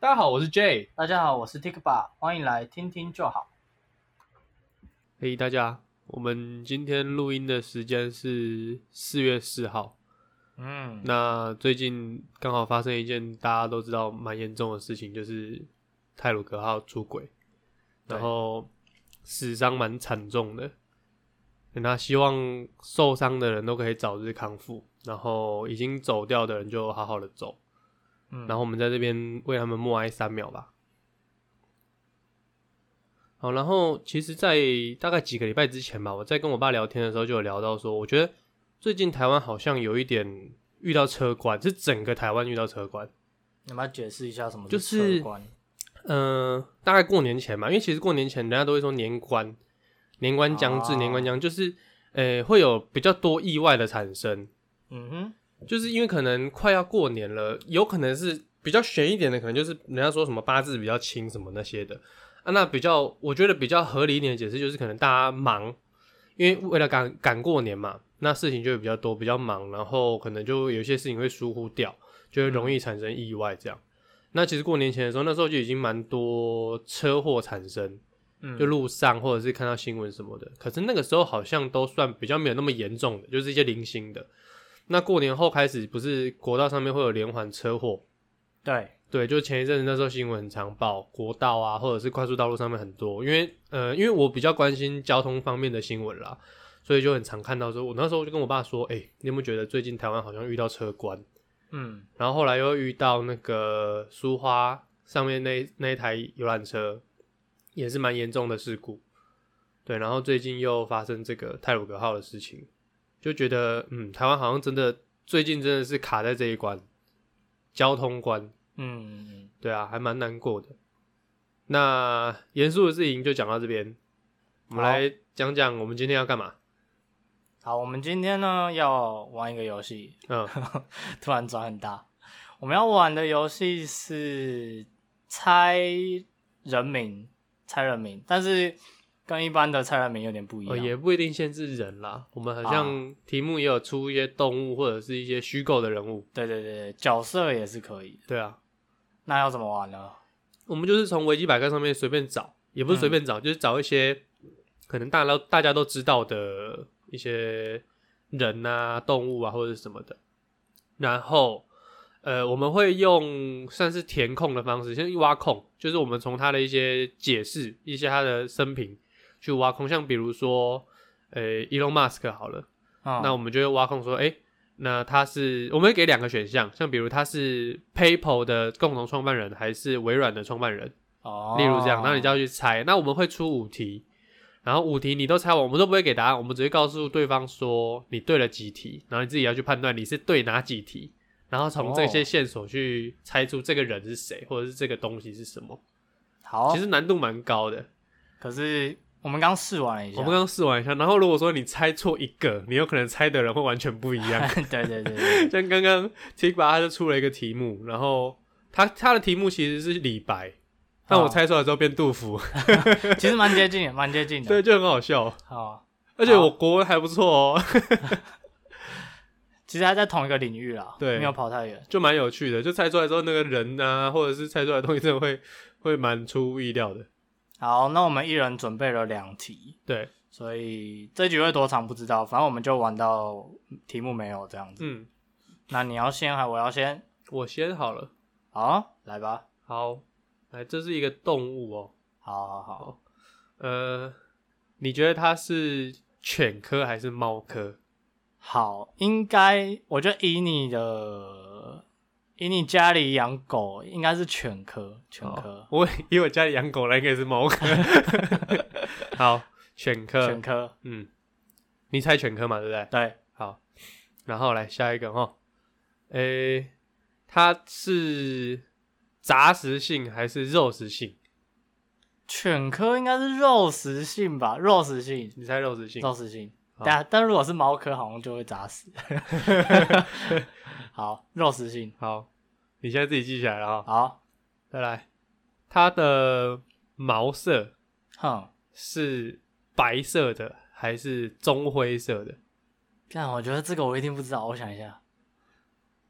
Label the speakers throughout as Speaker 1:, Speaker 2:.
Speaker 1: 大家好，我是 J。
Speaker 2: 大家好，我是 Tikba，欢迎来听听就好。
Speaker 1: 嘿、大家，我们今天录音的时间是四月四号。
Speaker 2: 嗯，
Speaker 1: 那最近刚好发生一件大家都知道蛮严重的事情，就是泰鲁格号出轨，
Speaker 2: 对
Speaker 1: 然后死伤蛮惨重的。那希望受伤的人都可以早日康复，然后已经走掉的人就好好的走。
Speaker 2: 嗯
Speaker 1: 然后我们在这边为他们默哀三秒吧。好，然后其实，在大概几个礼拜之前吧，我在跟我爸聊天的时候就有聊到说，我觉得最近台湾好像有一点遇到车管，是整个台湾遇到车管。
Speaker 2: 你们要解释一下什么
Speaker 1: 就是
Speaker 2: 车关？
Speaker 1: 嗯、大概过年前嘛，因为其实过年前人家都会说年关，年关将至，
Speaker 2: 哦
Speaker 1: 年关将就是，呃，会有比较多意外的产生。
Speaker 2: 嗯哼，
Speaker 1: 就是因为可能快要过年了，有可能是比较悬一点的，可能就是人家说什么八字比较轻什么那些的啊。那比较我觉得比较合理一点的解释就是，可能大家忙，因为为了赶赶过年嘛，那事情就会比较多，比较忙，然后可能就有一些事情会疏忽掉，就会容易产生意外这样。那其实过年前的时候，那时候就已经蛮多车祸产生，
Speaker 2: 嗯，
Speaker 1: 就路上或者是看到新闻什么的。可是那个时候好像都算比较没有那么严重的，就是一些零星的。那过年后开始，不是国道上面会有连环车祸？
Speaker 2: 对，
Speaker 1: 对，就前一阵子那时候新闻很常报，国道啊，或者是快速道路上面很多，因为呃，因为我比较关心交通方面的新闻啦，所以就很常看到说，我那时候就跟我爸说，哎、你有没有觉得最近台湾好像遇到车关？
Speaker 2: 嗯
Speaker 1: 然后后来又遇到那个苏花上面那那一台游览车，也是蛮严重的事故。对，然后最近又发生这个泰鲁格号的事情，就觉得嗯，台湾好像真的最近真的是卡在这一关，交通关。
Speaker 2: 嗯，
Speaker 1: 对啊，还蛮难过的。那严肃的事情就讲到这边，我们
Speaker 2: 好
Speaker 1: 来讲讲我们今天要干嘛。
Speaker 2: 好，我们今天呢要玩一个游 戏，
Speaker 1: 嗯，
Speaker 2: 突然转很大。我们要玩的游戏是猜人名，猜人名，但是跟一般的猜人名有点不一样。
Speaker 1: 哦，也不一定限制人啦，我们好像题目也有出一些动物或者是一些虚构的人物。
Speaker 2: 对对对，对角色也是可以的。
Speaker 1: 对啊，
Speaker 2: 那要怎么玩呢？
Speaker 1: 我们就是从维基百科上面随便找，也不是随便找，就是找一些可能大家大家都知道的一些人啊、动物啊或者是什么的。然后，呃，我们会用算是填空的方式，先挖空，就是我们从他的一些解释、一些他的生平去挖空。像比如说，呃，Elon Musk 好了，
Speaker 2: 嗯，
Speaker 1: 那我们就会挖空说，哎、那他是我们会给两个选项，像比如他是 PayPal 的共同创办人，还是微软的创办人，
Speaker 2: 哦，
Speaker 1: 例如这样，那你就要去猜。那我们会出五题，然后五题你都猜完，我们都不会给答案，我们只会告诉对方说你对了几题，然后你自己要去判断你是对哪几题，然后从这些
Speaker 2: 哦
Speaker 1: 线索去猜出这个人是谁，或者是这个东西是什么。
Speaker 2: 好
Speaker 1: 其，实难度蛮高的。
Speaker 2: 可是我们刚试玩了一下，
Speaker 1: 我们刚刚试玩一下，然后如果说你猜错一个，你有可能猜的人会完全不一样。
Speaker 2: 对对对对，
Speaker 1: 像刚刚 t i k b a 他就出了一个题目，然后他他的题目其实是李白，但我
Speaker 2: 哦
Speaker 1: 猜出来之后变杜甫，
Speaker 2: 其实蛮接近的，蛮接近的。
Speaker 1: 对，，就很好笑。
Speaker 2: 嗯好，
Speaker 1: 而且我国文还不错哦，
Speaker 2: 其实还在同一个领域啦，
Speaker 1: 对
Speaker 2: 没有跑太远。
Speaker 1: 就蛮有趣的。就猜出来之后，那个人啊，或者是猜出来的东西，真的会会蛮出乎意料的。
Speaker 2: 好，那我们一人准备了两题，
Speaker 1: 对，
Speaker 2: 所以这局会多长不知道，反正我们就玩到题目没有这样子。
Speaker 1: 嗯，
Speaker 2: 那你要先还我要先？
Speaker 1: 我先好了。
Speaker 2: 好，来吧。
Speaker 1: 好，来，这是一个动物哦。
Speaker 2: 好好好，
Speaker 1: 呃，你觉得它是犬科还是猫科？
Speaker 2: 好，应该我觉得以你的，以你家里养狗，应该是犬科，犬科
Speaker 1: 哦，我以我家里养狗，那应该是猫科。 好，犬科，
Speaker 2: 犬科，
Speaker 1: 嗯，你猜犬科嘛，对不对？
Speaker 2: 对，
Speaker 1: 好，然后来下一个哈，诶、它是杂食性还是肉食性？
Speaker 2: 犬科应该是肉食性吧，肉食性，
Speaker 1: 你猜肉食性？
Speaker 2: 肉食性。
Speaker 1: 好
Speaker 2: 但但如果是猫科，好像就会砸死。 好，肉食性。
Speaker 1: 好，你现在自己记起来了哈。
Speaker 2: 好，
Speaker 1: 再来，它的毛色
Speaker 2: 哼，
Speaker 1: 是白色的还是棕灰色的？
Speaker 2: 但我觉得这个我一定不知道。我想一下，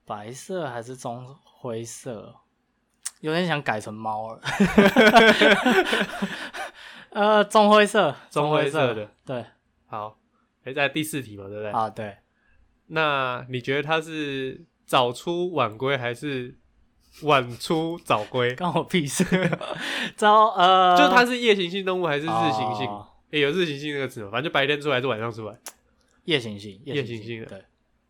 Speaker 2: 白色还是棕灰色？有点想改成猫了。 呃，棕灰色，棕
Speaker 1: 棕灰
Speaker 2: 色
Speaker 1: 色的，
Speaker 2: 对
Speaker 1: 好，哎，在第四题嘛，对不对？
Speaker 2: 啊，对，
Speaker 1: 那你觉得他是早出晚归还是晚出早归？
Speaker 2: 关我屁事。 招呃，
Speaker 1: 就它是夜行性动物还是日行性？
Speaker 2: 哦
Speaker 1: 诶有日行性这个词吗？反正就白天出来还是晚上出来。
Speaker 2: 夜行性，
Speaker 1: 夜行
Speaker 2: 行
Speaker 1: 性的
Speaker 2: 对，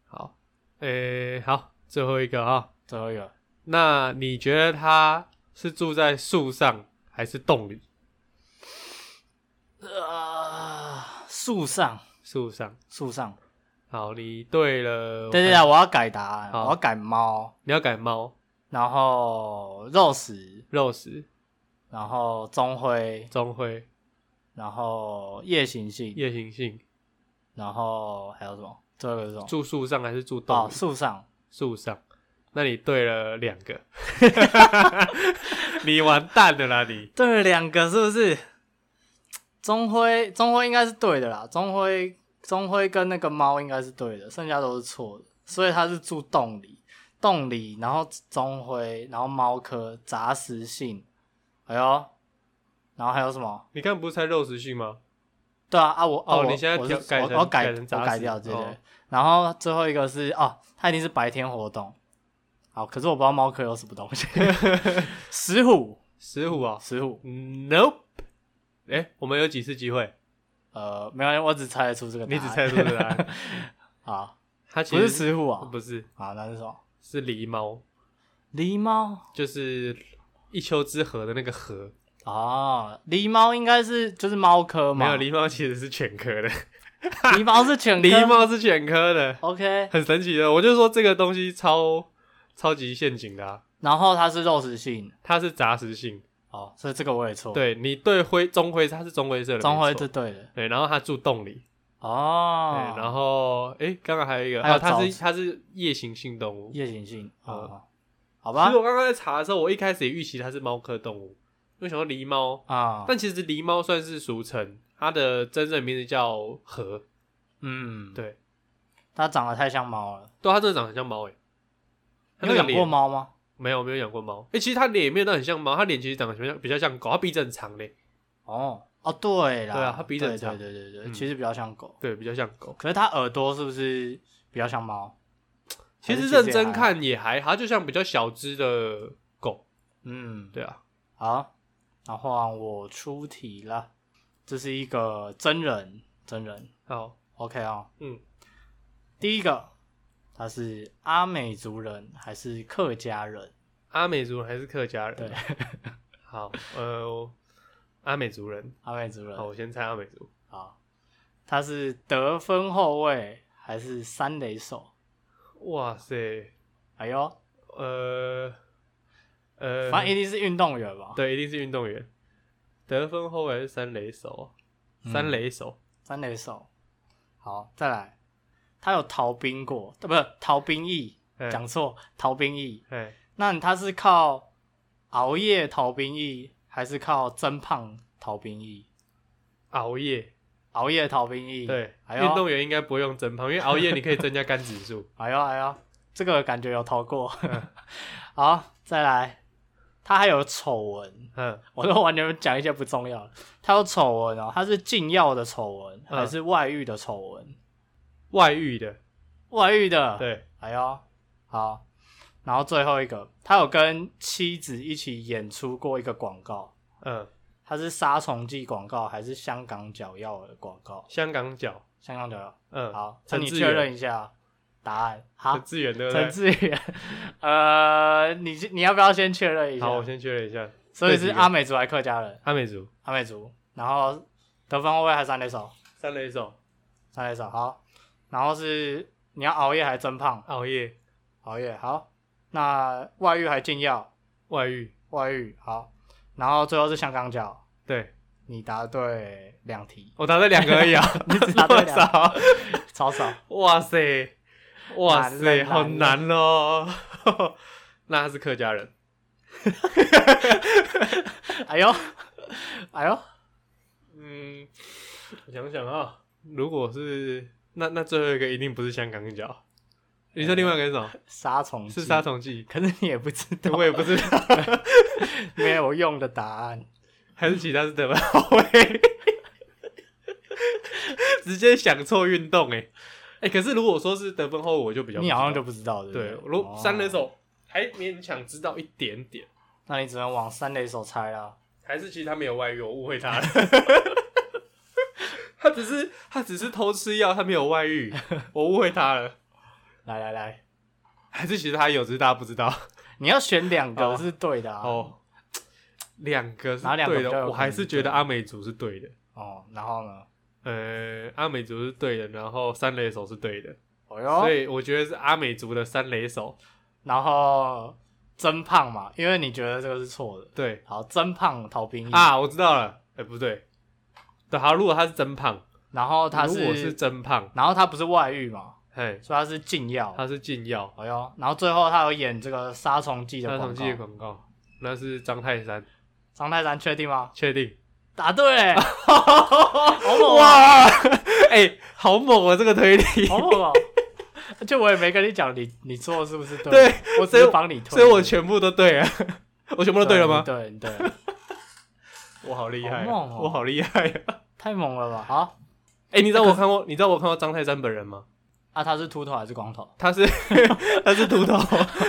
Speaker 1: 好，诶、好，最后一个哈。
Speaker 2: 最后一个
Speaker 1: 那你觉得它是住在树上还是洞里？
Speaker 2: 呃，树上，
Speaker 1: 树上。
Speaker 2: 树上，
Speaker 1: 好，你对了。
Speaker 2: 对对对，我要改答案，
Speaker 1: 好
Speaker 2: 我要改猫，
Speaker 1: 你要改猫、
Speaker 2: 然后肉食，
Speaker 1: 肉食、
Speaker 2: 然后棕灰，
Speaker 1: 棕灰、
Speaker 2: 然后夜行性，
Speaker 1: 夜行性，
Speaker 2: 然后还有什么？最后一个是什么？
Speaker 1: 住树上还是住洞
Speaker 2: 哦，
Speaker 1: 里？
Speaker 2: 树上，
Speaker 1: 树上。那你对了两个， 你完蛋了啦！你
Speaker 2: 对了两个是不是？钟辉，钟辉应该是对的啦，钟辉，钟辉跟那个猫应该是对的，剩下都是错的，所以它是住洞里，洞里，然后钟辉，然后猫科杂食性，哎呦，然后还有什么？
Speaker 1: 你刚不是猜肉食性吗？
Speaker 2: 对啊啊我啊
Speaker 1: 哦
Speaker 2: 我
Speaker 1: 你现在
Speaker 2: 我
Speaker 1: 调
Speaker 2: 是
Speaker 1: 改
Speaker 2: 我
Speaker 1: 成
Speaker 2: 我
Speaker 1: 改
Speaker 2: 改
Speaker 1: 成
Speaker 2: 我
Speaker 1: 杂
Speaker 2: 改
Speaker 1: 食
Speaker 2: 掉对对，
Speaker 1: 哦
Speaker 2: 然后最后一个是哦，它一定是白天活动，好，可是我不知道猫科有什么东西， 石虎
Speaker 1: 石虎啊、
Speaker 2: 石虎，
Speaker 1: 嗯 Nope。哎、我们有几次机会？
Speaker 2: 呃，没关系，我只猜得出这个答
Speaker 1: 你
Speaker 2: 案，
Speaker 1: 只猜出的答案，
Speaker 2: 好，
Speaker 1: 它其
Speaker 2: 啊不
Speaker 1: 实
Speaker 2: 是石虎啊，
Speaker 1: 不是
Speaker 2: 啊，那是什么？
Speaker 1: 是狸猫，
Speaker 2: 狸猫
Speaker 1: 就是一丘之貉的那个貉。
Speaker 2: 啊，狸猫应该是就是猫科
Speaker 1: 没
Speaker 2: 嘛，
Speaker 1: 有，狸猫其实是犬 科的，
Speaker 2: 狸猫是犬科
Speaker 1: 狸猫是犬科的，
Speaker 2: ，OK，
Speaker 1: 很神奇的。我就说这个东西超超级陷阱的、啊，
Speaker 2: 然后它是肉食性，
Speaker 1: 它是杂食性。
Speaker 2: 哦，所以这个我也错，，
Speaker 1: 对你对灰棕灰，它是棕灰色的，
Speaker 2: 钟辉
Speaker 1: 没
Speaker 2: 是
Speaker 1: 错
Speaker 2: 对的，
Speaker 1: 对，然后它住洞里，
Speaker 2: 哦
Speaker 1: 对，，然后诶，刚刚还有一个，
Speaker 2: 还有
Speaker 1: 哦它
Speaker 2: 沼
Speaker 1: 是
Speaker 2: 泽
Speaker 1: 它是夜行性动物，
Speaker 2: 夜行性，
Speaker 1: 呃
Speaker 2: 哦，好
Speaker 1: 其
Speaker 2: 吧
Speaker 1: 实，我刚刚在查的时候，我一开始也预期它是猫科动物，因为想到狸猫，
Speaker 2: 啊，
Speaker 1: 但其实狸猫算是俗称，它的真正名字叫河。
Speaker 2: 嗯，
Speaker 1: 对，
Speaker 2: 它长得太像猫了，
Speaker 1: 对，它真的长得很像猫诶、欸它
Speaker 2: 你
Speaker 1: 那
Speaker 2: 有
Speaker 1: 个
Speaker 2: 养过
Speaker 1: 脸
Speaker 2: 猫吗？
Speaker 1: 没有没有养过猫，诶、其实它脸也没有到很像猫，它脸其实长得比较比较像狗，它鼻子很长嘞，
Speaker 2: 哦，哦，对啦，
Speaker 1: 对啊它鼻子很
Speaker 2: 对
Speaker 1: 长
Speaker 2: 对对对对，
Speaker 1: 嗯
Speaker 2: 其实比较像狗，
Speaker 1: 对，比较像狗。
Speaker 2: 可是它耳朵是不是比较像猫？
Speaker 1: 其
Speaker 2: 还是其
Speaker 1: 实
Speaker 2: 实
Speaker 1: 认
Speaker 2: 也
Speaker 1: 真
Speaker 2: 还好
Speaker 1: 看也还好，它就像比较小只的狗，
Speaker 2: 嗯，
Speaker 1: 对啊，
Speaker 2: 好，然后啊我出题了，这是一个真人真人
Speaker 1: 好，
Speaker 2: ，OK 哦。
Speaker 1: 嗯，
Speaker 2: 第一个他是阿美族人还是客家人？
Speaker 1: 阿美族人还是客家人？
Speaker 2: 对，
Speaker 1: 好，呃，我阿美族人，
Speaker 2: 阿美族人
Speaker 1: 好，我先猜阿美族，
Speaker 2: 好，他是得分后卫还是三垒手？
Speaker 1: 哇塞，
Speaker 2: 哎呦，
Speaker 1: 呃呃，
Speaker 2: 反正一定是运动员吧？，
Speaker 1: 对，一定是运动员。得分后卫还是三垒手，
Speaker 2: 嗯
Speaker 1: 三垒手、
Speaker 2: 三垒手。好，再来，他有逃兵过，呃，不是逃兵役，
Speaker 1: 嗯
Speaker 2: 讲错，逃兵役。
Speaker 1: 哎，
Speaker 2: 那他是靠熬夜逃兵役，还是靠增胖逃兵役？
Speaker 1: 熬夜，
Speaker 2: 熬夜逃兵役，
Speaker 1: 对，
Speaker 2: 哎呦
Speaker 1: 运动员应该不用增胖，因为熬
Speaker 2: 。
Speaker 1: 夜你可以增加肝指数
Speaker 2: 哎呦哎呦，这个感觉有逃过。
Speaker 1: 嗯
Speaker 2: 好，再来，他还有丑闻，
Speaker 1: 嗯，
Speaker 2: 我都完全讲一些不重要的。他有丑闻哦，他是禁药的丑闻，
Speaker 1: 嗯
Speaker 2: 还是外遇的丑闻？
Speaker 1: 外遇的，
Speaker 2: 外遇的，，
Speaker 1: 对，
Speaker 2: 哎呦，好。然后最后一个，他有跟妻子一起演出过一个广告，
Speaker 1: 嗯，
Speaker 2: 他是杀虫剂广告还是香港脚药的广告？
Speaker 1: 香港脚，
Speaker 2: 香港脚药。
Speaker 1: 嗯，
Speaker 2: 好，那
Speaker 1: 陈
Speaker 2: 你
Speaker 1: 志
Speaker 2: 确认
Speaker 1: 远，
Speaker 2: 一下答案。好
Speaker 1: 陈，志远对不
Speaker 2: 陈
Speaker 1: 对？
Speaker 2: 志远，呃，你你要不要先确认一下？
Speaker 1: 好，我先确认一下，
Speaker 2: 所以
Speaker 1: 这
Speaker 2: 是
Speaker 1: 几个
Speaker 2: 阿美族还是客家人？
Speaker 1: 阿美族
Speaker 2: 阿美族，然后得分后卫还是三垒手？
Speaker 1: 三垒手，
Speaker 2: 三垒手，好。然后是你要熬夜还是增胖？
Speaker 1: 熬夜，
Speaker 2: 熬夜，好。那外遇还禁药？
Speaker 1: 外遇，
Speaker 2: 外遇，好。然后最后是香港脚，
Speaker 1: 对
Speaker 2: 你答对两题，
Speaker 1: 我答对两个而已啊，
Speaker 2: 你只答
Speaker 1: 多
Speaker 2: 对两题
Speaker 1: 少？
Speaker 2: 超少。
Speaker 1: 哇塞，哇塞，
Speaker 2: 难了
Speaker 1: 好
Speaker 2: 难
Speaker 1: 难哦。 那他是客家人，
Speaker 2: 哎呦，哎呦，
Speaker 1: 嗯，我想想啊，如果是那那最后一个一定不是香港脚，你说另外一个是什么？
Speaker 2: 杀虫剂
Speaker 1: 是杀，虫剂，
Speaker 2: 可是你也不知道，
Speaker 1: 我也不知道，
Speaker 2: 没有用的答案。
Speaker 1: 还是其他是德宝威， 直接想错运动哎、哎、可是如果说是得分后卫，我就比较不
Speaker 2: 你好像
Speaker 1: 知
Speaker 2: 就
Speaker 1: 道
Speaker 2: 不知道，对哦不
Speaker 1: 对
Speaker 2: 对，？
Speaker 1: 如果三垒
Speaker 2: 垒，
Speaker 1: 手还勉强知道一点点，
Speaker 2: 那你只能往三垒手猜啦。
Speaker 1: 还是其实他没有外遇，我误会他了。 他只是他只是偷吃药，他没有外遇，我误会他了。
Speaker 2: 来来来，
Speaker 1: 还是其实他有，只是大家不知道。
Speaker 2: 你要选两
Speaker 1: 哦
Speaker 2: 个是对的啊。
Speaker 1: 哦，两个是
Speaker 2: 哪两个
Speaker 1: 对
Speaker 2: 比较有
Speaker 1: 的，我
Speaker 2: 可
Speaker 1: 还
Speaker 2: 能
Speaker 1: 是
Speaker 2: 是
Speaker 1: 觉
Speaker 2: 对
Speaker 1: 得
Speaker 2: 的
Speaker 1: 阿美族是对的。
Speaker 2: 哦，然后呢？
Speaker 1: 呃，阿美族是对的，然后三垒手是对的，
Speaker 2: 哦
Speaker 1: 所
Speaker 2: 哟，
Speaker 1: 以我觉得是阿美族的三垒手
Speaker 2: 然后真胖嘛，因为你觉得这个是错的。
Speaker 1: 对
Speaker 2: 好，真胖逃兵役，
Speaker 1: 啊，我知道了，哎、不对，对，好，如果他是真胖，
Speaker 2: 然后他
Speaker 1: 如果是真胖，
Speaker 2: 然后他不是外遇嘛，
Speaker 1: 嘿，
Speaker 2: 所以他是禁药。
Speaker 1: 他是禁药，
Speaker 2: 哎呦，然后最后他有演这个杀虫剂的
Speaker 1: 他
Speaker 2: 广
Speaker 1: 统计的
Speaker 2: 告。
Speaker 1: 广告，那是张泰山，
Speaker 2: 张泰山确定吗？
Speaker 1: 确定。
Speaker 2: 答对 欸，好猛啊！
Speaker 1: 哇， 哎、好猛啊！这个 推理，
Speaker 2: 好猛 哦！就我也没跟你讲，你你做的是不是对的？
Speaker 1: 对
Speaker 2: 我只
Speaker 1: 所以
Speaker 2: 是
Speaker 1: 我
Speaker 2: 帮你推，
Speaker 1: 所以我全部都对了， 我全部都对了吗？
Speaker 2: 对你对，你对
Speaker 1: 我好厉害啊，
Speaker 2: 好猛哦
Speaker 1: 我好厉害啊呀、
Speaker 2: 太猛了吧？好，
Speaker 1: 哎、你知道我看过，你知道我看过张泰山本人吗？
Speaker 2: 啊，他是秃头还是 光头？
Speaker 1: 他是他是秃头，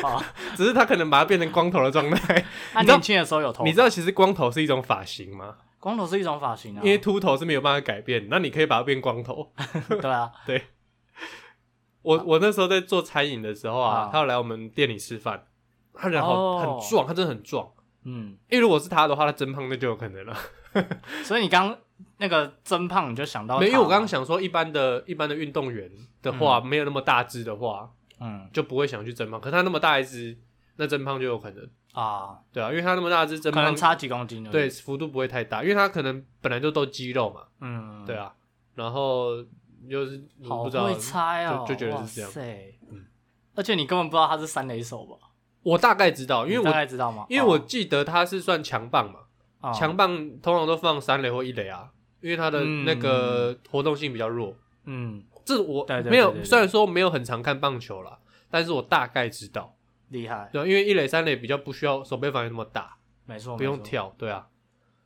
Speaker 2: 哦
Speaker 1: 只是他可能把它变成光头的状态。
Speaker 2: 他
Speaker 1: 你知道
Speaker 2: 年轻的时候有头发，
Speaker 1: 你知道其实光头是一种发型吗？
Speaker 2: 光头是一种发型啊？
Speaker 1: 因为秃头是没有办法改变，那你可以把它变光头。
Speaker 2: 对啊，
Speaker 1: 我我那时候在做餐饮的时候啊
Speaker 2: 啊，
Speaker 1: 他要来我们店里吃饭，他人好、
Speaker 2: 哦
Speaker 1: 很壮，他真的很壮。
Speaker 2: 嗯，
Speaker 1: 因为如果是他的话，他真胖那就有可能了。
Speaker 2: 所以你刚那个真胖，你就想到
Speaker 1: 没有，因为我刚刚
Speaker 2: 他
Speaker 1: 想说，一般的一般的运动员的话，没有那么大只的话，
Speaker 2: 嗯
Speaker 1: 就不会想去增胖。可是他那么大一只，那增胖就有可能，
Speaker 2: 啊，
Speaker 1: 对啊，因为他那么大只，增
Speaker 2: 可能
Speaker 1: 胖
Speaker 2: 差几公斤而已
Speaker 1: 对，幅度不会太大，因为他可能本来就都肌肉嘛，
Speaker 2: 嗯，
Speaker 1: 对，啊，然后就是我
Speaker 2: 好
Speaker 1: 不知道
Speaker 2: 会，猜哦，
Speaker 1: 就就觉得是这样
Speaker 2: 样
Speaker 1: 嗯。
Speaker 2: 而且你根本不知道他是三垒手吧？
Speaker 1: 我大概知道，因为
Speaker 2: 你大
Speaker 1: 我
Speaker 2: 概知哦道吗？哦
Speaker 1: 因为我记得他是算强棒嘛，
Speaker 2: 我
Speaker 1: 强棒通常都放三垒或一垒啊，因为他的
Speaker 2: 嗯
Speaker 1: 那个活动性比较弱。
Speaker 2: 嗯
Speaker 1: 这我
Speaker 2: 对对对对
Speaker 1: 没有，
Speaker 2: 对
Speaker 1: 虽然说没有很常看棒球啦，但是我大概知道，
Speaker 2: 厉害，
Speaker 1: 对啊，因为一垒三垒比较不需要手背范围那么大，
Speaker 2: 没错，
Speaker 1: 不用
Speaker 2: 没错
Speaker 1: 跳，对啊。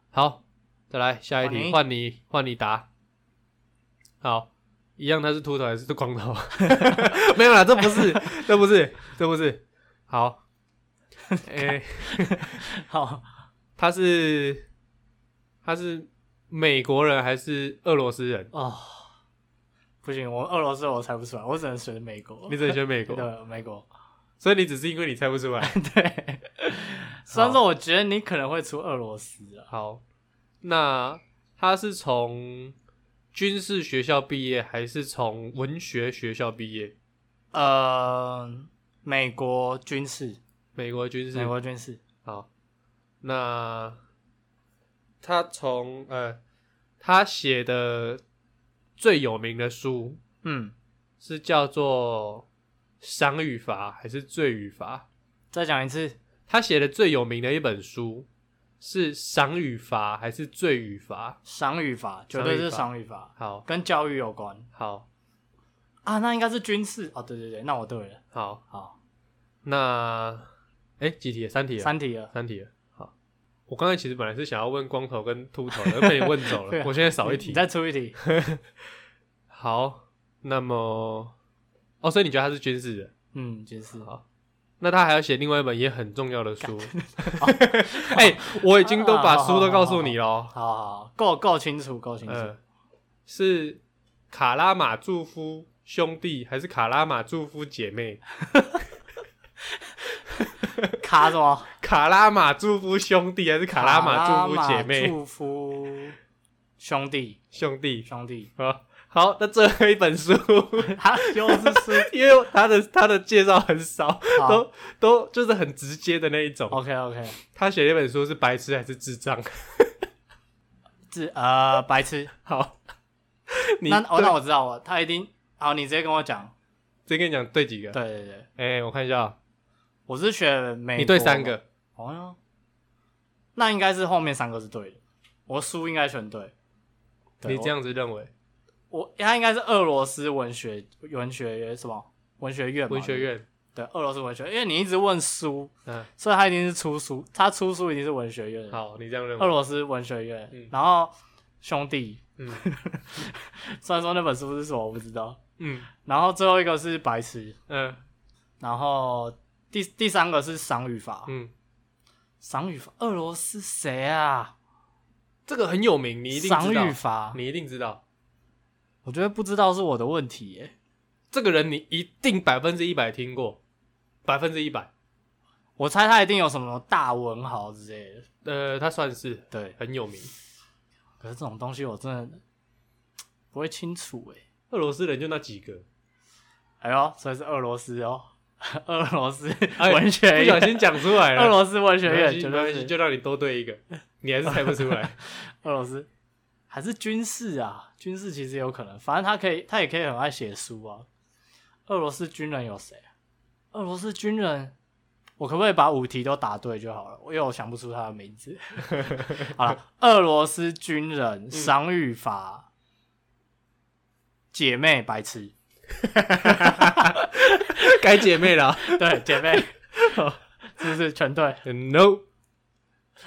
Speaker 1: 好，再来下一题，换
Speaker 2: 换
Speaker 1: 你换你答。好，一样，他是秃头还是光头？ 没有啦，这不是，这不是，这不是。好，诶、
Speaker 2: 好。
Speaker 1: 他是他是美国人还是俄罗斯人？
Speaker 2: 哦，不行，我俄罗斯我猜不出来，我只能选美国。
Speaker 1: 你只能选 美国，
Speaker 2: 对美国，
Speaker 1: 所以你只是因为你猜不出来。
Speaker 2: 对。虽然说我觉得你可能会出俄罗斯啊，
Speaker 1: 好，那他是从军事学校毕业还是从文学学校毕业？
Speaker 2: 呃，美国军事，
Speaker 1: 美国军事
Speaker 2: 美国军事，
Speaker 1: 好，那他从呃，他写的最有名的书
Speaker 2: 嗯，
Speaker 1: 是叫做《赏与罚》还是《罪与罚》？
Speaker 2: 再讲一次，
Speaker 1: 他写的最有名的一本书是《赏与罚》还是《罪与罚
Speaker 2: 赏与法，绝对是赏与法》？，
Speaker 1: 好，
Speaker 2: 跟教育有关
Speaker 1: 好，
Speaker 2: 啊，那应该是军事哦，对对对，那我对了，
Speaker 1: 好，
Speaker 2: 好，
Speaker 1: 那哎，几题了？三题了，
Speaker 2: 三题了，
Speaker 1: 三题了。好，我刚才其实本来是想要问光头跟秃头的，被你问 走
Speaker 2: 对
Speaker 1: 了。
Speaker 2: 啊
Speaker 1: 我现在少一
Speaker 2: 你
Speaker 1: 题
Speaker 2: 你，再出一题，
Speaker 1: 好，那么，哦，所以你觉得他是军事的？
Speaker 2: 嗯，军事，
Speaker 1: 好，那他还要写另外一本也很重要的书。 哎、我已经都把书都告诉你了哦。
Speaker 2: 好好好，够够清楚，够清楚，
Speaker 1: 嗯，是卡拉马祝夫兄弟还是卡拉马祝夫姐妹？
Speaker 2: 卡什么？
Speaker 1: 卡拉马祝夫兄弟还是卡拉马祝夫姐妹
Speaker 2: 祝福兄弟
Speaker 1: 兄弟？
Speaker 2: 兄弟，
Speaker 1: 好，好，那最后一本书，
Speaker 2: 他又是是
Speaker 1: 因为他的他的介绍很少，
Speaker 2: 好
Speaker 1: 都都就是很直接的那一种。
Speaker 2: OK OK，
Speaker 1: 他写那本书是白痴还是智障？
Speaker 2: 这呃白痴，
Speaker 1: 好， 你
Speaker 2: 那哦
Speaker 1: 对
Speaker 2: 那我知道了，他一定好，你直接跟我讲，
Speaker 1: 直接跟你讲对几个？
Speaker 2: 对哎对对，
Speaker 1: 哎、我看一下啊，
Speaker 2: 我是选美，
Speaker 1: 你对三，个，
Speaker 2: 哦哟，那应该是后面三个是对的，我书应该选对，对
Speaker 1: 你这样子认为？
Speaker 2: 我我他应该是俄罗斯文学文学什么文学院嘛，
Speaker 1: 文学院，
Speaker 2: 对俄罗斯文学院，因为你一直问书，
Speaker 1: 嗯，
Speaker 2: 所以他一定是出书，他出书一定是文学院的，
Speaker 1: 好，你这样认
Speaker 2: 俄
Speaker 1: 为，
Speaker 2: 罗斯文学院，
Speaker 1: 嗯
Speaker 2: 然后兄弟，
Speaker 1: 嗯
Speaker 2: 虽然说那本书是什么我不知道，
Speaker 1: 嗯
Speaker 2: 然后最后一个是白痴，
Speaker 1: 嗯
Speaker 2: 然后第第三个是赏语法，
Speaker 1: 嗯，
Speaker 2: 赏语法，俄罗斯谁啊？
Speaker 1: 这个很有名，你一定
Speaker 2: 赏
Speaker 1: 知道
Speaker 2: 语，法，
Speaker 1: 你一定知道，
Speaker 2: 我觉得不知道是我的问题耶，
Speaker 1: 这个人你一定百分之一百听过，百分之一百，
Speaker 2: 我猜他一定有什么大文豪之类的，
Speaker 1: 呃，他算是
Speaker 2: 对，
Speaker 1: 很有名，
Speaker 2: 可是这种东西我真的不会清楚哎。
Speaker 1: 俄罗斯人就那几个，
Speaker 2: 哎呦，所以是俄罗斯哦， 俄罗斯
Speaker 1: 哎
Speaker 2: 文学
Speaker 1: 不小
Speaker 2: 院，
Speaker 1: 心讲出来了，
Speaker 2: 俄罗斯文学
Speaker 1: 没关
Speaker 2: 院，
Speaker 1: 系
Speaker 2: 绝
Speaker 1: 没关
Speaker 2: 对
Speaker 1: 系，
Speaker 2: 是
Speaker 1: 就让你多对 一个，你还是猜不出来。
Speaker 2: 俄罗斯，还是军事啊？军事其实也有可能，反正他可以，他也可以很爱写书啊。俄罗斯军人有谁啊？俄罗斯军人，我可不可以把五题都答对就好了？因为我想不出他的名 字。好了，俄罗斯军
Speaker 1: 嗯
Speaker 2: 人赏与法、姐妹白痴，
Speaker 1: 该姐妹了
Speaker 2: 对姐 妹，是不是全对？
Speaker 1: ，No，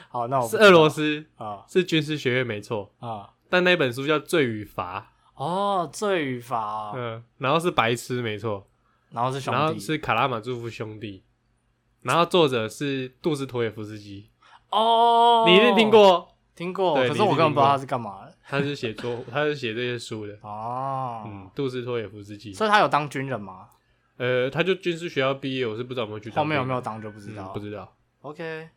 Speaker 2: 好，那我
Speaker 1: 是俄罗斯，
Speaker 2: 啊
Speaker 1: 是军事学院没错，
Speaker 2: 啊
Speaker 1: 但那本书叫《罪与罚
Speaker 2: 哦，罪与罚》，哦，
Speaker 1: 嗯，然后是白痴没错，
Speaker 2: 然后是兄
Speaker 1: 然后
Speaker 2: 弟，
Speaker 1: 是卡拉马佐夫兄弟，然后作者是杜斯妥也夫斯基，
Speaker 2: 哦，
Speaker 1: 你一定听过，
Speaker 2: 听过，
Speaker 1: 对
Speaker 2: 可
Speaker 1: 你
Speaker 2: 是
Speaker 1: 是
Speaker 2: 我根本
Speaker 1: 听
Speaker 2: 不知道
Speaker 1: 过
Speaker 2: 他是干嘛的。
Speaker 1: 他是写作， 他是写这些书的，
Speaker 2: 哦，
Speaker 1: 嗯，杜斯妥也夫斯基，
Speaker 2: 所以他有当军人吗？
Speaker 1: 呃，他就军事学校毕业，我是不知道有没有去当
Speaker 2: 后面有
Speaker 1: 兵
Speaker 2: 没有当就不知
Speaker 1: 嗯
Speaker 2: 道了。
Speaker 1: 不知道
Speaker 2: OK，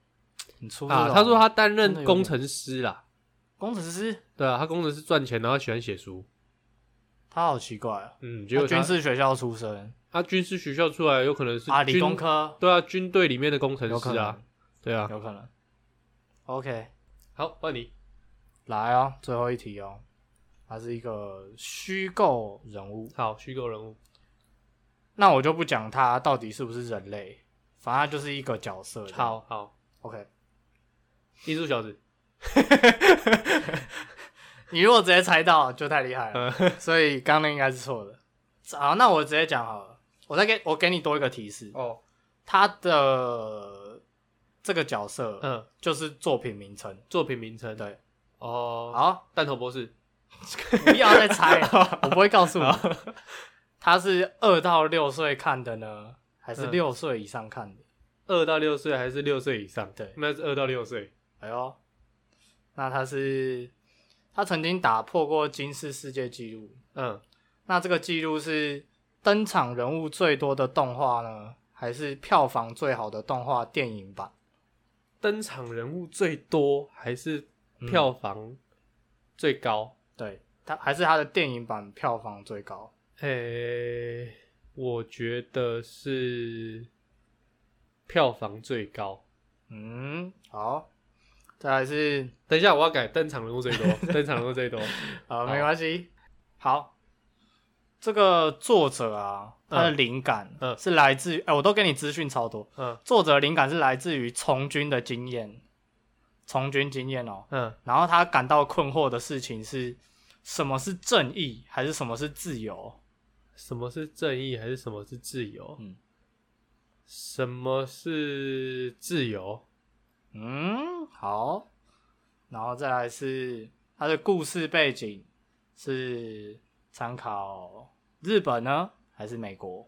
Speaker 2: 你出这
Speaker 1: 啊，
Speaker 2: 种
Speaker 1: 他说他担
Speaker 2: 真的
Speaker 1: 任
Speaker 2: 有点
Speaker 1: 工程师啦，
Speaker 2: 工程师，
Speaker 1: 对啊，他工程师赚钱，然后喜欢写书，
Speaker 2: 他好奇怪哦，
Speaker 1: 嗯，结
Speaker 2: 他
Speaker 1: 果他
Speaker 2: 军事学校出身
Speaker 1: 他军事学校出来，有可能是
Speaker 2: 啊，理
Speaker 1: 军
Speaker 2: 工科
Speaker 1: 对啊，军队里面的工程
Speaker 2: 有可
Speaker 1: 师啊
Speaker 2: 能，，
Speaker 1: 对啊。
Speaker 2: 有可能。OK，
Speaker 1: 好，换你。
Speaker 2: 来哦，最后一题哦，他是一个虚构人物，
Speaker 1: 好，虚构人物。
Speaker 2: 那我就不讲他到底是不是人类，反正他就是一个角色。
Speaker 1: 好好，
Speaker 2: ，OK，
Speaker 1: 艺术小子。
Speaker 2: 你如果直接猜到就太厉害了。
Speaker 1: 嗯，
Speaker 2: 所以刚刚那应该是错的。好，那我直接讲好了，我再给我给你多一个提示，
Speaker 1: 哦，
Speaker 2: 他的这个角色
Speaker 1: 嗯，
Speaker 2: 就是作品名称。
Speaker 1: 作品名称。
Speaker 2: 对，
Speaker 1: 哦，
Speaker 2: 好，
Speaker 1: 弹头 博士。
Speaker 2: 不要再猜了，我不会告诉你。他是二到六岁看的呢，还是
Speaker 1: 嗯
Speaker 2: 六岁以上看的？
Speaker 1: 二到六岁还是六岁以上？
Speaker 2: 对
Speaker 1: 那是二到六岁。
Speaker 2: 哎呦，那他是他曾经打破过金氏世界纪录，
Speaker 1: 嗯，
Speaker 2: 那这个记录是登场人物最多的动画呢，还是票房最好的动画电影版？
Speaker 1: 登场人物最多还是票房最高？
Speaker 2: 对，它还是它的电影版票房最高。嗯
Speaker 1: 诶、我觉得是票房最高。
Speaker 2: 嗯，好，再来是
Speaker 1: 等一下，我要改登场人物最 多，登场人物最多。
Speaker 2: 呃，没关系，好，这个作者啊，他的灵感
Speaker 1: 嗯
Speaker 2: 是来自于，哎、我都给你资讯超多。
Speaker 1: 嗯
Speaker 2: 作者的灵感是来自于从军的经验，从军经验哦。
Speaker 1: 嗯
Speaker 2: 然后他感到困惑的事情是什么是正义，还是什么是自由？
Speaker 1: 什么是正义，还是什么是自由？
Speaker 2: 嗯
Speaker 1: 什么是自由？
Speaker 2: 嗯，好，然后再来是它的故事背景是参考日本呢，还是美国？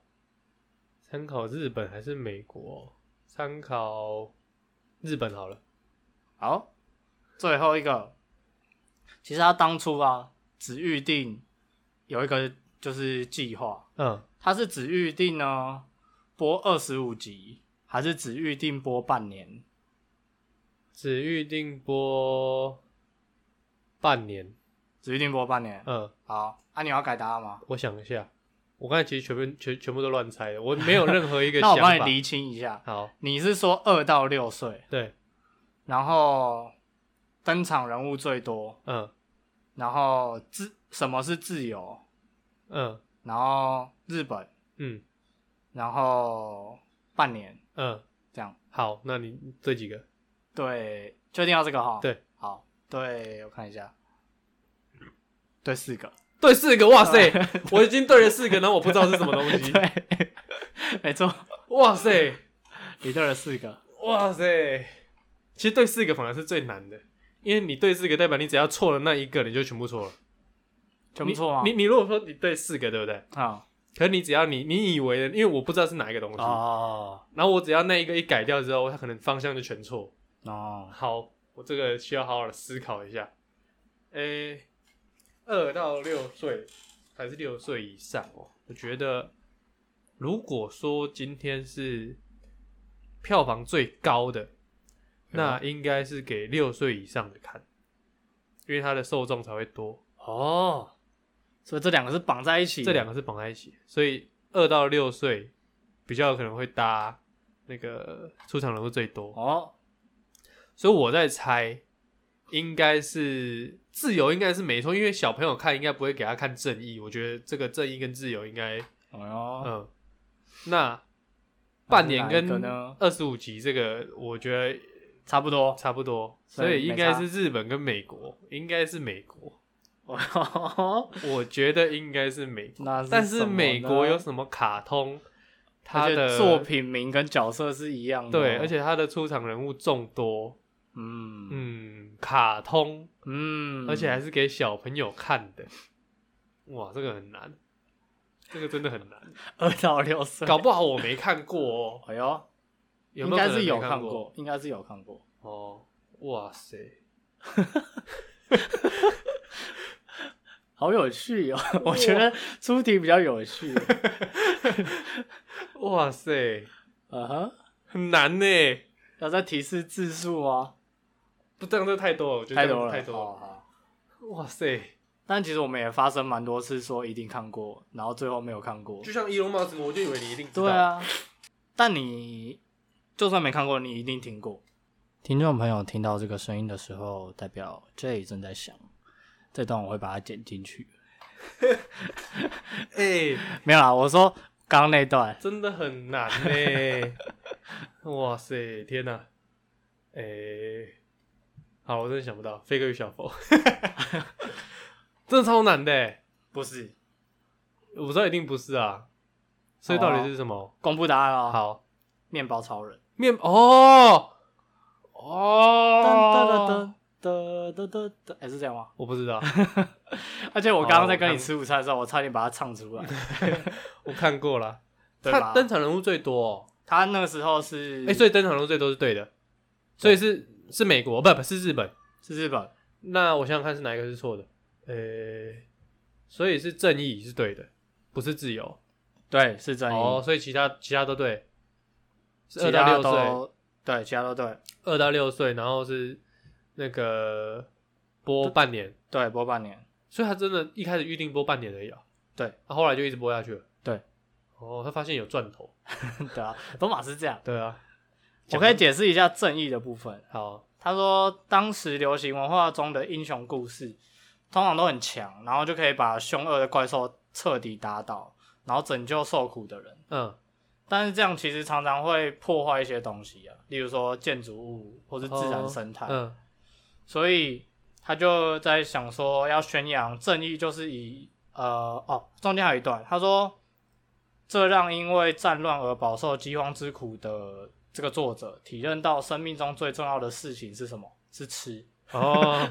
Speaker 1: 参考日本还是美国？参考日本好了。
Speaker 2: 好，最后一个，其实他当初啊，只预定有一个就是计划，
Speaker 1: 嗯，
Speaker 2: 他是只预定呢播二十五集，还是只预定播半年？
Speaker 1: 只预定播半年。
Speaker 2: 只预定播半年。
Speaker 1: 嗯，
Speaker 2: 好，啊，你要改答案吗？
Speaker 1: 我想一下，我刚才其实全部全全部都乱猜的，我没有任何一 个
Speaker 2: 那
Speaker 1: 想
Speaker 2: 我帮你
Speaker 1: 法。
Speaker 2: 厘清一下，
Speaker 1: 好，
Speaker 2: 你是说二到六岁？
Speaker 1: 对，
Speaker 2: 然后登场人物最多，
Speaker 1: 嗯
Speaker 2: 然后自什么是自由，
Speaker 1: 嗯
Speaker 2: 然后日本，
Speaker 1: 嗯
Speaker 2: 然后半年
Speaker 1: 嗯，
Speaker 2: 这样。
Speaker 1: 好，那你这几个
Speaker 2: 对，确定要这个哈？
Speaker 1: 对，
Speaker 2: 好，对我看一下，对四个，
Speaker 1: 对四个，哇塞，啊 我已经对了四个，然后我不知道是什么东 西，
Speaker 2: 对，没错，
Speaker 1: 哇塞，
Speaker 2: 你对了四个，
Speaker 1: 哇塞，其实对四个反而是最难的，因为你对四个代表你只要错了那一个，你就全部错了，
Speaker 2: 全部错啊吗？
Speaker 1: 你你你如果说你对四个，对不对？
Speaker 2: 好
Speaker 1: 可是你只要你你以为的，因为我不知道是哪一个东西，
Speaker 2: 哦
Speaker 1: 然后我只要那一个一改掉之后，它可能方向就全错。
Speaker 2: 哦，
Speaker 1: 好，我这个需要好好的思考一下。诶、二到六岁还是六岁以上哦？我觉得，如果说今天是票房最高的，那应该是给六岁以上的看，因为它的受众才会多。
Speaker 2: 哦，所以这两个是绑在一起的，
Speaker 1: 这两个是绑在一起，所以二到六岁比较有可能会搭那个出场人数最多。
Speaker 2: 哦，
Speaker 1: 所以我在猜，应该是自由应该是没错，因为小朋友看应该不会给他看正义，我觉得这个正义跟自由应该，
Speaker 2: 哎呦，
Speaker 1: 嗯，那半年
Speaker 2: 哪一个
Speaker 1: 跟
Speaker 2: 呢
Speaker 1: 二十五集这个我觉得
Speaker 2: 差不多，
Speaker 1: 差不多，
Speaker 2: 所以
Speaker 1: 所以
Speaker 2: 没
Speaker 1: 应该
Speaker 2: 差
Speaker 1: 是日本跟美国，应该是美国，
Speaker 2: 哦，
Speaker 1: 我觉得应该是美国，
Speaker 2: 那
Speaker 1: 但
Speaker 2: 是什
Speaker 1: 是
Speaker 2: 么
Speaker 1: 美国
Speaker 2: 呢
Speaker 1: 有什么卡通，它
Speaker 2: 而且
Speaker 1: 的
Speaker 2: 作品名跟角色是一样的哦，
Speaker 1: 对，而且它的出场人物众多，
Speaker 2: 嗯
Speaker 1: 嗯，卡通。
Speaker 2: 嗯，
Speaker 1: 而且还是给小朋友看 的。哇，这个很难，这个真的很难。
Speaker 2: 二到六岁，
Speaker 1: 搞不好我没看过哦，
Speaker 2: 哎呦，
Speaker 1: 有
Speaker 2: 应
Speaker 1: 没有
Speaker 2: 该
Speaker 1: 可能
Speaker 2: 是
Speaker 1: 没
Speaker 2: 有
Speaker 1: 看
Speaker 2: 过，应该是有看过，
Speaker 1: 哦。哇塞，
Speaker 2: 好有趣 哦，我觉得出题比较有趣，
Speaker 1: 哇塞，
Speaker 2: 嗯哼，
Speaker 1: 很难呢。
Speaker 2: 要再提示字数啊，
Speaker 1: 不，这样就太多了，我觉得
Speaker 2: 太
Speaker 1: 这样
Speaker 2: 多
Speaker 1: 就
Speaker 2: 了，
Speaker 1: 太多
Speaker 2: 好
Speaker 1: 了。
Speaker 2: 好
Speaker 1: 哇塞，
Speaker 2: 但其实我们也发生蛮多次说一定看过，然后最后没有看过
Speaker 1: 就。像伊隆马斯克，我就以为你一定知道。
Speaker 2: 对，啊，但你就算没看过，你一定听过。听众朋友听到这个声音的时候，代表 J 正在想，这段我会把它剪进去。
Speaker 1: 哎、
Speaker 2: 没有啦，我说刚刚那段，
Speaker 1: 真的很难 呢。哇塞，天哪、哎、好，我真的想不到，飞哥与 小佛，真的超难的欸。
Speaker 2: 不是
Speaker 1: 我知道一定不是啊，所以到底是什么？
Speaker 2: 公布答案哦。，
Speaker 1: 好，
Speaker 2: 面包超人。
Speaker 1: 面哦
Speaker 2: 噔
Speaker 1: 哦，
Speaker 2: 噔噔噔噔噔噔，哎、是这样吗？
Speaker 1: 我不知道，
Speaker 2: 而且我刚刚在跟
Speaker 1: 哦我
Speaker 2: 你
Speaker 1: 看
Speaker 2: 吃午餐的时候，我差点把它唱出来，
Speaker 1: 我看过了。
Speaker 2: 对吧嗯
Speaker 1: 他？登场人物最多、哦，
Speaker 2: 他那个时候是
Speaker 1: 哎、所以登场人物最多是对的，所以是是美国，不不是日本。
Speaker 2: 是日本，
Speaker 1: 那我想想看是哪一个是错的？呃、所以是正义是对的，不是自由。
Speaker 2: 对，是真
Speaker 1: 哦，
Speaker 2: 一，
Speaker 1: 所以其他其他都对，是
Speaker 2: 其
Speaker 1: 二到
Speaker 2: 他
Speaker 1: 六岁，
Speaker 2: 都对，其他都对，
Speaker 1: 二到六岁，然后是那个播半年。
Speaker 2: 对，播半年。
Speaker 1: 所以他真的一开始预定播半年而已啊。
Speaker 2: 对，
Speaker 1: 他、后来就一直播下去了。
Speaker 2: 对，
Speaker 1: 哦，他发现有赚头。
Speaker 2: 对啊，罗马是这样。
Speaker 1: 对啊，
Speaker 2: 我可以解释一下正义的部分。
Speaker 1: 好，
Speaker 2: 他说，当时流行文化中的英雄故事，通常都很强，然后就可以把凶恶的怪兽彻底打倒，然后拯救受苦的人。
Speaker 1: 嗯，
Speaker 2: 但是这样其实常常会破坏一些东西啊，例如说建筑物或是自然生态。
Speaker 1: 嗯，
Speaker 2: 所以他就在想说，要宣扬正义，就是以呃哦，中间还有一段，他说，这让因为战乱而饱受饥荒之苦的这个作者体认到生命中最重要的事情是什么？是吃。
Speaker 1: 哦，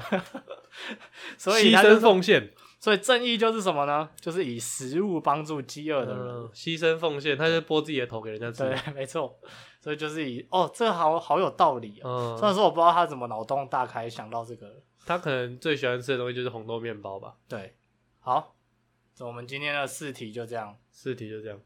Speaker 2: 所以
Speaker 1: 牺
Speaker 2: 他就
Speaker 1: 牲
Speaker 2: 是，
Speaker 1: 奉献，
Speaker 2: 所以正义就是什么呢？就是以食物帮助饥饿的人。
Speaker 1: 嗯，牺牲奉献，他就拨自己的头给人家吃。
Speaker 2: 对， 没错。所以就是以哦，这个好好有道理啊。虽
Speaker 1: 嗯，
Speaker 2: 然说我不知道他怎么脑洞大开想到这个。
Speaker 1: 他可能最喜欢吃的东西就是红豆面包吧。
Speaker 2: 对，好，那我们今天的试题就这样。
Speaker 1: 四题就这样。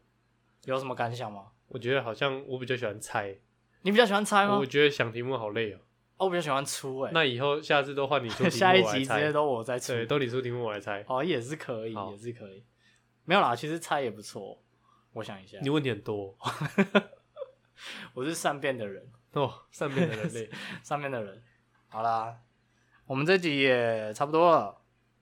Speaker 2: 有什么感想吗？
Speaker 1: 我觉得好像我比较喜欢猜，
Speaker 2: 你比较喜欢猜吗？
Speaker 1: 我
Speaker 2: 哦，
Speaker 1: 觉得想题目好累哦。
Speaker 2: 我比较喜欢出 哎、
Speaker 1: 那以后下次都换 你出题目
Speaker 2: 下一
Speaker 1: 我来
Speaker 2: 集直
Speaker 1: 猜
Speaker 2: 接都我在出，
Speaker 1: 对，都你出题目我来猜。
Speaker 2: 哦，也是可以，
Speaker 1: 好
Speaker 2: 也是可以。没有啦，其实猜也不错。我想一下
Speaker 1: 你，问题很多
Speaker 2: 我是善变的 人，
Speaker 1: 哦，善变的人类。
Speaker 2: 善变的人。好啦，我们这集也差不多了。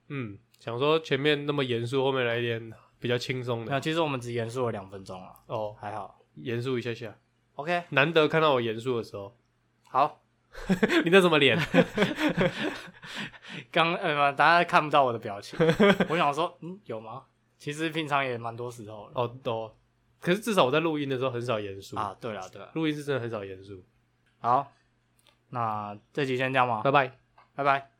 Speaker 1: 嗯，想说前面那么严肃，后面来一点比较轻松
Speaker 2: 那
Speaker 1: 的
Speaker 2: 其实我们只严肃了两分钟了，
Speaker 1: 哦，
Speaker 2: 还好。
Speaker 1: 严肃一下下。
Speaker 2: OK，
Speaker 1: 难得看到 我严肃的时候，
Speaker 2: 好，
Speaker 1: 你那什么脸？
Speaker 2: 干刚呃，大家看不到我的表情， 我想说，嗯，有吗？其实平常也蛮多时候的
Speaker 1: 哦，都。可是至少我在录音的时候很少严肃
Speaker 2: 啊。对了对了，
Speaker 1: 录音是真的很少严肃。
Speaker 2: 好，那这集先这样吧，
Speaker 1: 拜拜。
Speaker 2: 拜拜。